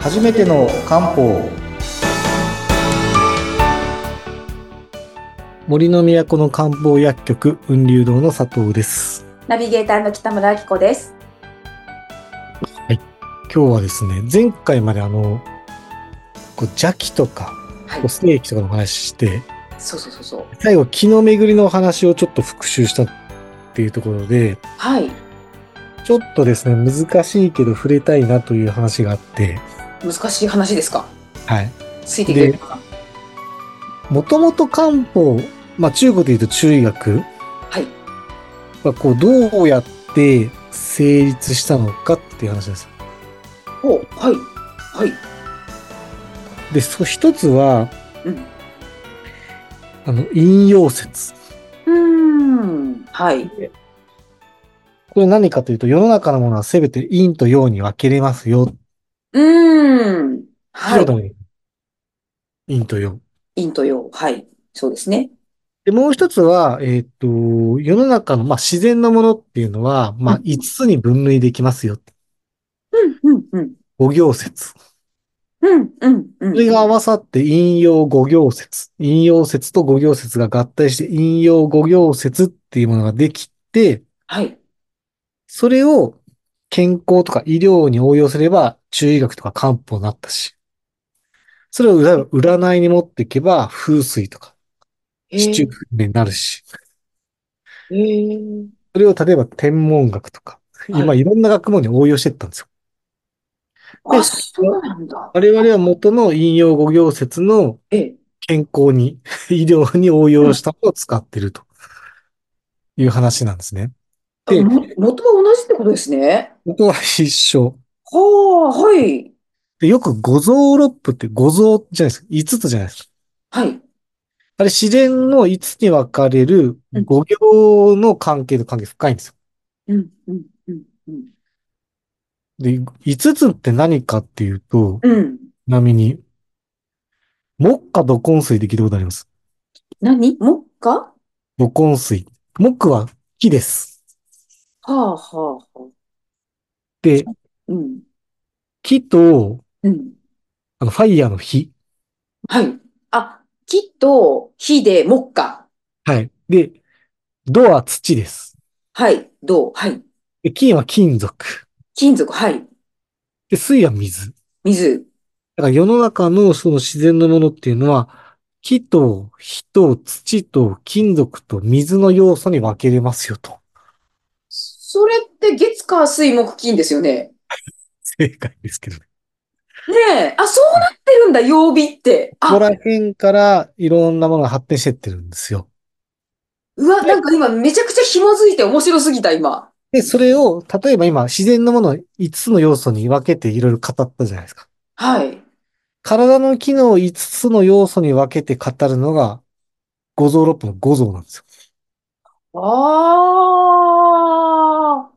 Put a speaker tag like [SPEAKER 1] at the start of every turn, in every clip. [SPEAKER 1] 初めての漢方森の都の漢方薬局雲龍堂の佐藤です
[SPEAKER 2] ナビゲーターの北村明子です。
[SPEAKER 1] 今日はですね前回まであのこう邪気とか
[SPEAKER 2] はい
[SPEAKER 1] こう精液とかの話して
[SPEAKER 2] そうそうそうそう。
[SPEAKER 1] 最後気の巡りのお話をちょっと復習したっていうところで
[SPEAKER 2] はい。
[SPEAKER 1] ちょっとですね難しいけど触れたいなという話があって
[SPEAKER 2] 難しい話ですか。
[SPEAKER 1] はい
[SPEAKER 2] ついていけるかな。
[SPEAKER 1] もともと漢方まあ中国でいうと中医学
[SPEAKER 2] はい。
[SPEAKER 1] はこうどうやって成立したのかっていう話です。
[SPEAKER 2] お、はい。はい。
[SPEAKER 1] で、そ一つは、
[SPEAKER 2] うん。
[SPEAKER 1] あの、引用説。
[SPEAKER 2] うーん。はい。
[SPEAKER 1] これ何かというと、世の中のものはすべて陰と陽に分けれますよ。
[SPEAKER 2] うーん。は
[SPEAKER 1] 陽と
[SPEAKER 2] い。
[SPEAKER 1] 陰陰と陽。
[SPEAKER 2] 陰と陽。はい。そうですね。
[SPEAKER 1] で、もう一つは、えーっと、世の中の、まあ、自然のものっていうのは、まあ、
[SPEAKER 2] うん
[SPEAKER 1] 5つに分類できますよ。
[SPEAKER 2] うん、うん、うん。
[SPEAKER 1] 五行説。
[SPEAKER 2] うん、うん、う ん。
[SPEAKER 1] それが合わさって引用五行説。引用説と五行説が合体して、引用五行説っていうものができて、
[SPEAKER 2] はい。
[SPEAKER 1] それを健康とか医療に応用すれば、中医学とか漢方になったし、それを占占いに持っていけば、風水とか、
[SPEAKER 2] へ
[SPEAKER 1] 地中
[SPEAKER 2] ー
[SPEAKER 1] 訓練になるし、
[SPEAKER 2] へー
[SPEAKER 1] それを例えば天文学とか、
[SPEAKER 2] はい
[SPEAKER 1] 今いろんな学問に応用していったんですよ。
[SPEAKER 2] あ、そうなんだ。
[SPEAKER 1] 我々は元の引用五行説の
[SPEAKER 2] ええ。
[SPEAKER 1] 健康に、 医療に応用したのを使ってるという話なんですね。
[SPEAKER 2] あ
[SPEAKER 1] で
[SPEAKER 2] も、元は同じってことですね。
[SPEAKER 1] ここは必勝。
[SPEAKER 2] はあ、はい。
[SPEAKER 1] で、よく五臓六腑って五臓じゃないですか。五つじゃないですか。
[SPEAKER 2] はい。
[SPEAKER 1] あれ、自然の5つに分かれる
[SPEAKER 2] うん
[SPEAKER 1] 五行の関係と関係深いんですよ。
[SPEAKER 2] うん、うん、うん、うん。
[SPEAKER 1] で、5つって何かっていうと、ち
[SPEAKER 2] うん。
[SPEAKER 1] なみに、木下土根水で聞いたことあります。
[SPEAKER 2] 何もっか
[SPEAKER 1] 土根水。木は木です。
[SPEAKER 2] はあ、はあ、はあ。
[SPEAKER 1] で、
[SPEAKER 2] うん。
[SPEAKER 1] 木と、
[SPEAKER 2] うん。
[SPEAKER 1] あの、ファイヤーの火。
[SPEAKER 2] はい。あ、木と火で木か。
[SPEAKER 1] はい。で、土は土です。
[SPEAKER 2] はい。銅。はい。
[SPEAKER 1] で、金は金属。
[SPEAKER 2] 金属。はい。
[SPEAKER 1] で、水は水。
[SPEAKER 2] 水。
[SPEAKER 1] だから世の中のその自然のものっていうのは、木と火と土と金属と水の要素に分けれますよと。
[SPEAKER 2] それって月火水木金ですよね。
[SPEAKER 1] 正解ですけどね。
[SPEAKER 2] ねえ。あ、そうなってるんだ。曜日って。
[SPEAKER 1] ここ
[SPEAKER 2] あ、
[SPEAKER 1] ら辺からいろんなものが発展してってるんですよ。
[SPEAKER 2] うわ、なんか今めちゃくちゃ紐づいて面白すぎた、今。
[SPEAKER 1] で、それを、例えば今、自然のものを5つの要素に分けていろいろ語ったじゃないですか。
[SPEAKER 2] はい。
[SPEAKER 1] 体の機能を5つの要素に分けて語るのが、五臓六腑の五臓なんですよ。
[SPEAKER 2] ああ。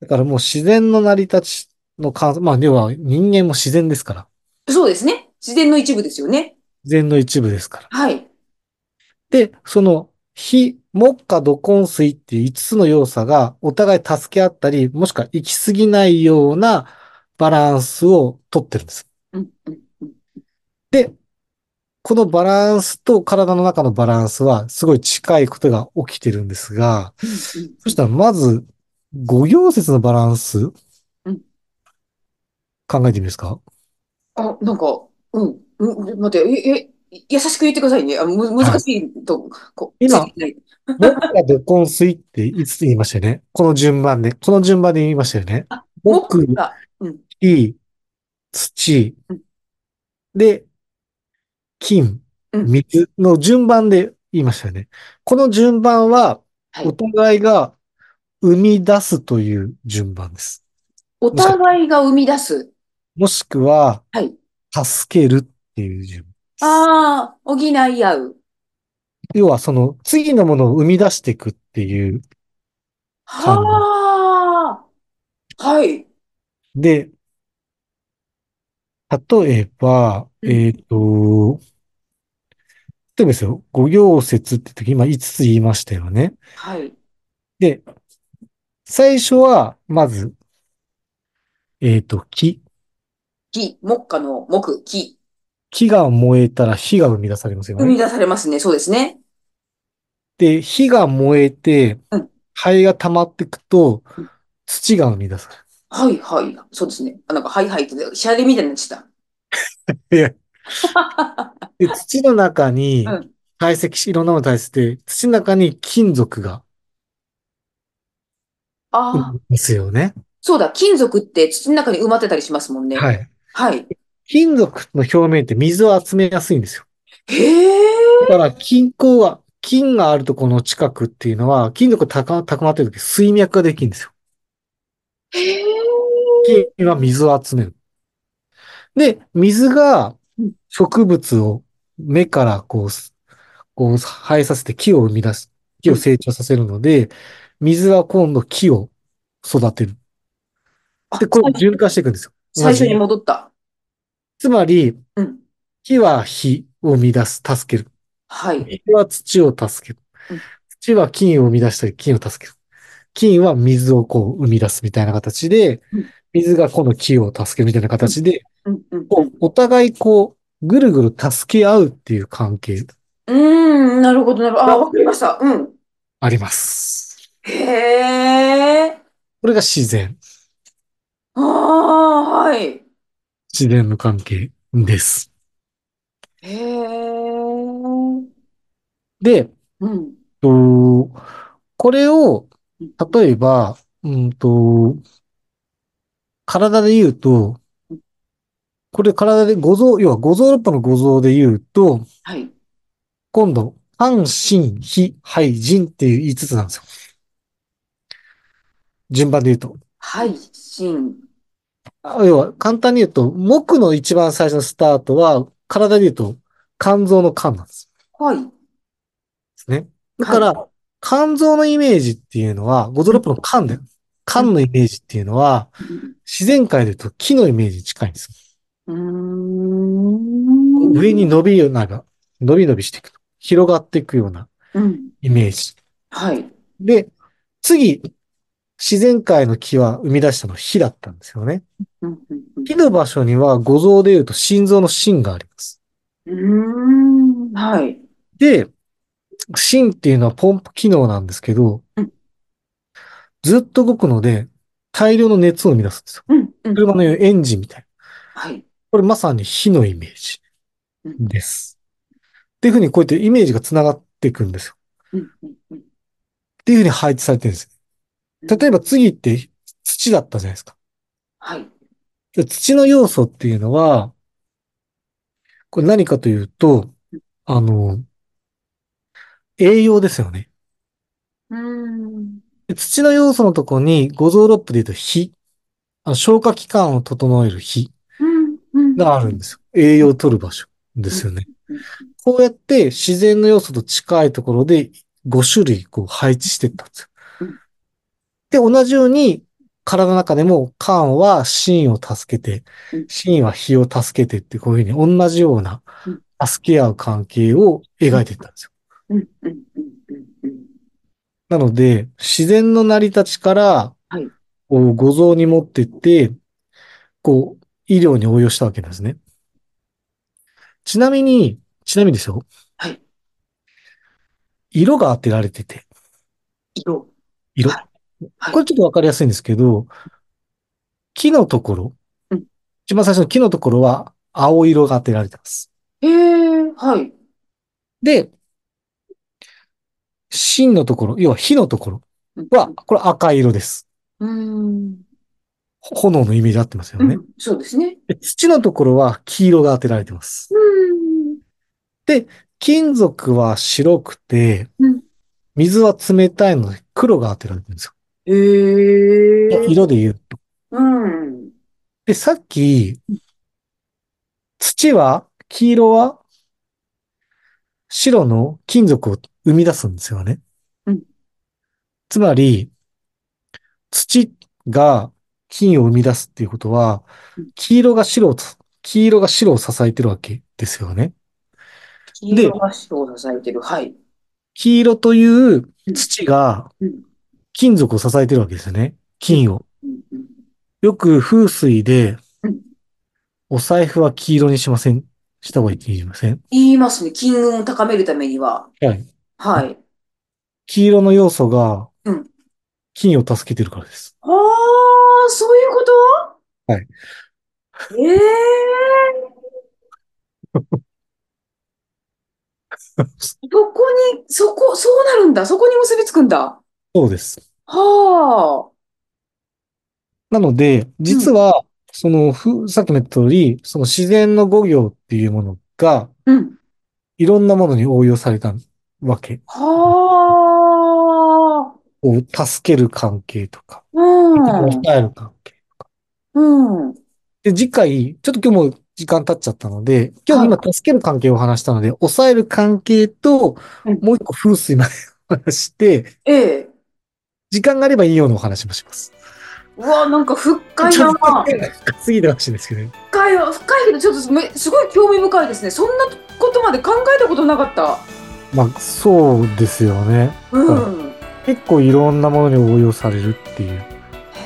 [SPEAKER 1] だからもう自然の成り立ちの関まあ、要は人間も自然ですから。
[SPEAKER 2] そうですね。自然の一部ですよね。
[SPEAKER 1] 自然の一部ですから。
[SPEAKER 2] はい。
[SPEAKER 1] で、その、火、木火土根水っていう5つの要素がお互い助け合ったり、もしくは行き過ぎないようなバランスをとってるんです。
[SPEAKER 2] うん、うん、うん。
[SPEAKER 1] このバランスと体の中のバランスはすごい近いことが起きてるんですが、
[SPEAKER 2] うん
[SPEAKER 1] そしたらまず、五行節のバランス、
[SPEAKER 2] うん
[SPEAKER 1] 考えてみますか
[SPEAKER 2] あ、なんか、うん、うん、待って、え、え、優しく言ってくださいね。あ、む、難しいと、こう、
[SPEAKER 1] 今
[SPEAKER 2] ついてない
[SPEAKER 1] 木 火土根水って5つ言いましたよね。この順番で、この順番で言いましたよね。
[SPEAKER 2] あ、
[SPEAKER 1] 木、
[SPEAKER 2] が、
[SPEAKER 1] 火、土
[SPEAKER 2] うん、
[SPEAKER 1] で、金、
[SPEAKER 2] うん
[SPEAKER 1] 水の順番で言いましたよね。この順番は、
[SPEAKER 2] はい
[SPEAKER 1] お互いが生み出すという順番です。
[SPEAKER 2] お互いが生み出す。
[SPEAKER 1] もしくは
[SPEAKER 2] はい、
[SPEAKER 1] 助けるっていう順番。
[SPEAKER 2] ああ、補い合う。
[SPEAKER 1] 要はその次のものを生み出していくっていう。
[SPEAKER 2] はあ、はい、
[SPEAKER 1] で、例えば、
[SPEAKER 2] うん
[SPEAKER 1] えっと、例えばですよ、五行説って時、今5つ言いましたよね。
[SPEAKER 2] はい、
[SPEAKER 1] で、最初は、まず、えっと、木。
[SPEAKER 2] 木、木下の木、木。
[SPEAKER 1] 木が燃えたら火が生み出されますよ
[SPEAKER 2] 生み
[SPEAKER 1] ね。
[SPEAKER 2] 出されますね。そうですね。
[SPEAKER 1] で、火が燃えて
[SPEAKER 2] うん、
[SPEAKER 1] 灰が溜まってくと
[SPEAKER 2] うん、
[SPEAKER 1] 土が生み出される。
[SPEAKER 2] はいはい。そうですね。あ、なんか、はいはいって、シャレみたいに なっちゃっ
[SPEAKER 1] いや
[SPEAKER 2] た。
[SPEAKER 1] で、土の中に
[SPEAKER 2] うん
[SPEAKER 1] 堆積し、いろんなものが堆積して、土の中に金属が
[SPEAKER 2] あ
[SPEAKER 1] 生ま
[SPEAKER 2] あ、
[SPEAKER 1] れますよね。
[SPEAKER 2] そうだ。金属って土の中に埋まってたりしますもんね。
[SPEAKER 1] はい。
[SPEAKER 2] はい。
[SPEAKER 1] 金属の表面って水を集めやすいんですよ。
[SPEAKER 2] へえ。
[SPEAKER 1] だから、金鉱は、金があるところの近くっていうのは、金属が高高まってるとき、水脈ができるんですよ。
[SPEAKER 2] へえ。
[SPEAKER 1] 金は水を集める。で、水が
[SPEAKER 2] うん
[SPEAKER 1] 植物を目からこう、こう生えさせて木を生み出す。木を成長させるので、水は今度木を育てる。
[SPEAKER 2] あ
[SPEAKER 1] で、これ循環していくんですよ。
[SPEAKER 2] 最初に戻った。
[SPEAKER 1] つまり、
[SPEAKER 2] うん。
[SPEAKER 1] 木は火を生み出す、助ける。
[SPEAKER 2] はい。
[SPEAKER 1] 火は土を助ける
[SPEAKER 2] うん。
[SPEAKER 1] 土は金を生み出したり、金を助ける。金は水をこう生み出すみたいな形で
[SPEAKER 2] うん、
[SPEAKER 1] 水が今度木を助けるみたいな形で、
[SPEAKER 2] うん、うん。
[SPEAKER 1] こう、お互いこう、ぐるぐる助け合うっていう関係
[SPEAKER 2] うーん、なるほど、なるほど。あ、わかりました。うん。
[SPEAKER 1] あります。
[SPEAKER 2] へえ。
[SPEAKER 1] これが自然、
[SPEAKER 2] ああ、はい。
[SPEAKER 1] 自然の関係です。
[SPEAKER 2] へえ。
[SPEAKER 1] で、
[SPEAKER 2] うん。
[SPEAKER 1] と、これを、例えば、うんと、体で言うと、これ体で五臓、要は五臓六腑の五臓で言うと、
[SPEAKER 2] はい。
[SPEAKER 1] 今度、肝、心、脾、肺、腎っていう5つなんですよ。順番で言うと。
[SPEAKER 2] はい、心。
[SPEAKER 1] 要は、簡単に言うと、木の一番最初のスタートは、体で言うと、肝臓の肝なんです
[SPEAKER 2] はい。
[SPEAKER 1] ね。だから、肝臓のイメージっていうのは、ゴゾロップの肝だよ。肝のイメージっていうのは、自然界で言うと木のイメージに近いんですよ。
[SPEAKER 2] うーん。
[SPEAKER 1] 上に伸びるような、伸び伸びしていくと。広がっていくような
[SPEAKER 2] うん。
[SPEAKER 1] イメージ。
[SPEAKER 2] はい。
[SPEAKER 1] で、次、自然界の木は生み出したの火だったんですよね。
[SPEAKER 2] うんうんうん
[SPEAKER 1] 火の場所には、五臓で言うと心臓の心があります。
[SPEAKER 2] うーん。はい。
[SPEAKER 1] で、芯っていうのはポンプ機能なんですけど
[SPEAKER 2] うん、
[SPEAKER 1] ずっと動くので、大量の熱を生み出すんですよ。
[SPEAKER 2] うん。うん。
[SPEAKER 1] 車の言うエンジンみたいな。
[SPEAKER 2] はい。
[SPEAKER 1] これまさに火のイメージ
[SPEAKER 2] うん。
[SPEAKER 1] です。っていうふうにこうやってイメージが繋がっていくんですよ。
[SPEAKER 2] うん。うんうん
[SPEAKER 1] っていうふうに配置されてるんです。例えば次って土だったじゃないですか。
[SPEAKER 2] はい。
[SPEAKER 1] で土の要素っていうのは、これ何かというと、あの、栄養ですよね。
[SPEAKER 2] うーん。
[SPEAKER 1] で土の要素のとこに、五臓六腑で言うと火。あの消化器官を整える火
[SPEAKER 2] うん。うん。
[SPEAKER 1] があるんですよ。栄養を取る場所ですよね
[SPEAKER 2] うんうん。
[SPEAKER 1] こうやって自然の要素と近いところで5種類こう配置していったんです
[SPEAKER 2] う
[SPEAKER 1] よ
[SPEAKER 2] ん。
[SPEAKER 1] で、同じように体の中でも肝は心を助けて
[SPEAKER 2] うん、
[SPEAKER 1] 心は火を助けてってこういうふうに同じような
[SPEAKER 2] うん
[SPEAKER 1] 助け合う関係を描いていったんですよ。
[SPEAKER 2] うん。うん。うん。うん。うん。
[SPEAKER 1] なので、自然の成り立ちから
[SPEAKER 2] はい、
[SPEAKER 1] こう、五臓に持ってって、こう、医療に応用したわけなんですね。ちなみに、ちなみにですよ。
[SPEAKER 2] はい
[SPEAKER 1] 色が当てられてて、
[SPEAKER 2] 色。
[SPEAKER 1] 色。
[SPEAKER 2] ははい
[SPEAKER 1] これちょっとわかりやすいんですけど、木のところ
[SPEAKER 2] うん、
[SPEAKER 1] 一番最初の木のところは青色が当てられてます。
[SPEAKER 2] へえ。はい。
[SPEAKER 1] で、芯のところ、要は火のところ
[SPEAKER 2] うん
[SPEAKER 1] は、これ赤色です。
[SPEAKER 2] うーん。
[SPEAKER 1] 炎のイメージ合ってますよ
[SPEAKER 2] う
[SPEAKER 1] ね。
[SPEAKER 2] ん。そうですね。
[SPEAKER 1] で土のところは黄色が当てられてます。
[SPEAKER 2] うん。
[SPEAKER 1] 金属は白くて
[SPEAKER 2] うん、
[SPEAKER 1] 水は冷たいので黒が当てられてるんです
[SPEAKER 2] へえ。
[SPEAKER 1] よ。色で言うと。
[SPEAKER 2] うん。
[SPEAKER 1] で、さっき、土は、黄色は、白の金属を生み出すんですよね
[SPEAKER 2] うん。
[SPEAKER 1] つまり、土が金を生み出すっていうことは
[SPEAKER 2] うん、
[SPEAKER 1] 黄色が白をつ、黄色が白を支えてるわけですよね。
[SPEAKER 2] 黄色が人を支えてる。はい。
[SPEAKER 1] 黄色という土が
[SPEAKER 2] うん
[SPEAKER 1] 金属を支えてるわけですよね。金を。
[SPEAKER 2] うんうん
[SPEAKER 1] よく風水で
[SPEAKER 2] うん、
[SPEAKER 1] お財布は黄色にしません。した方がいいって言いません
[SPEAKER 2] 言いますね。金運を高めるためには。
[SPEAKER 1] はい。
[SPEAKER 2] はい。
[SPEAKER 1] 黄色の要素が
[SPEAKER 2] うん。
[SPEAKER 1] 金を助けてるからです。
[SPEAKER 2] ああ、そういうこと
[SPEAKER 1] はい。
[SPEAKER 2] ええそこに、そこ、そうなるんだ。そこに結びつくんだ。
[SPEAKER 1] そうです。
[SPEAKER 2] はあ。
[SPEAKER 1] なので、
[SPEAKER 2] う
[SPEAKER 1] 実
[SPEAKER 2] ん、
[SPEAKER 1] は、その、ふ、さっきも言った通り、その自然の五行っていうものが、
[SPEAKER 2] うん。
[SPEAKER 1] いろんなものに応用されたわけ。
[SPEAKER 2] はあ。
[SPEAKER 1] こう、助ける関係とか、
[SPEAKER 2] う
[SPEAKER 1] 敵を
[SPEAKER 2] ん、
[SPEAKER 1] 抑える関係。
[SPEAKER 2] うん。
[SPEAKER 1] で、次回、ちょっと今日も時間経っちゃったので、今
[SPEAKER 2] は
[SPEAKER 1] 日
[SPEAKER 2] い。
[SPEAKER 1] 今助ける関係を話したので、抑える関係と、
[SPEAKER 2] うん
[SPEAKER 1] もう一個風水まで話して、
[SPEAKER 2] ええ。
[SPEAKER 1] 時間があればいいようのお話もします。
[SPEAKER 2] うわ、なんか深い
[SPEAKER 1] ちょっ
[SPEAKER 2] な。
[SPEAKER 1] と関係が深すぎてほしいんですけどね。
[SPEAKER 2] 深いわ、深いけど、ちょっとめ、すごい興味深いですね。そんなことまで考えたことなかった。
[SPEAKER 1] まあ、そうですよね。
[SPEAKER 2] う
[SPEAKER 1] はい。
[SPEAKER 2] ん。
[SPEAKER 1] 結構いろんなものに応用されるっていう感じです。
[SPEAKER 2] へ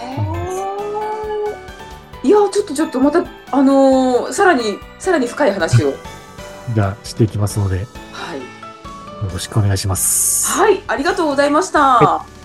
[SPEAKER 2] え。いや、ちょっとちょっとまた、あのーさらに、さらに深い話を。
[SPEAKER 1] じゃあ、していきますので、よ
[SPEAKER 2] はい。
[SPEAKER 1] ろしくお願いします。
[SPEAKER 2] はい、ありがとうございまし
[SPEAKER 1] はい
[SPEAKER 2] た。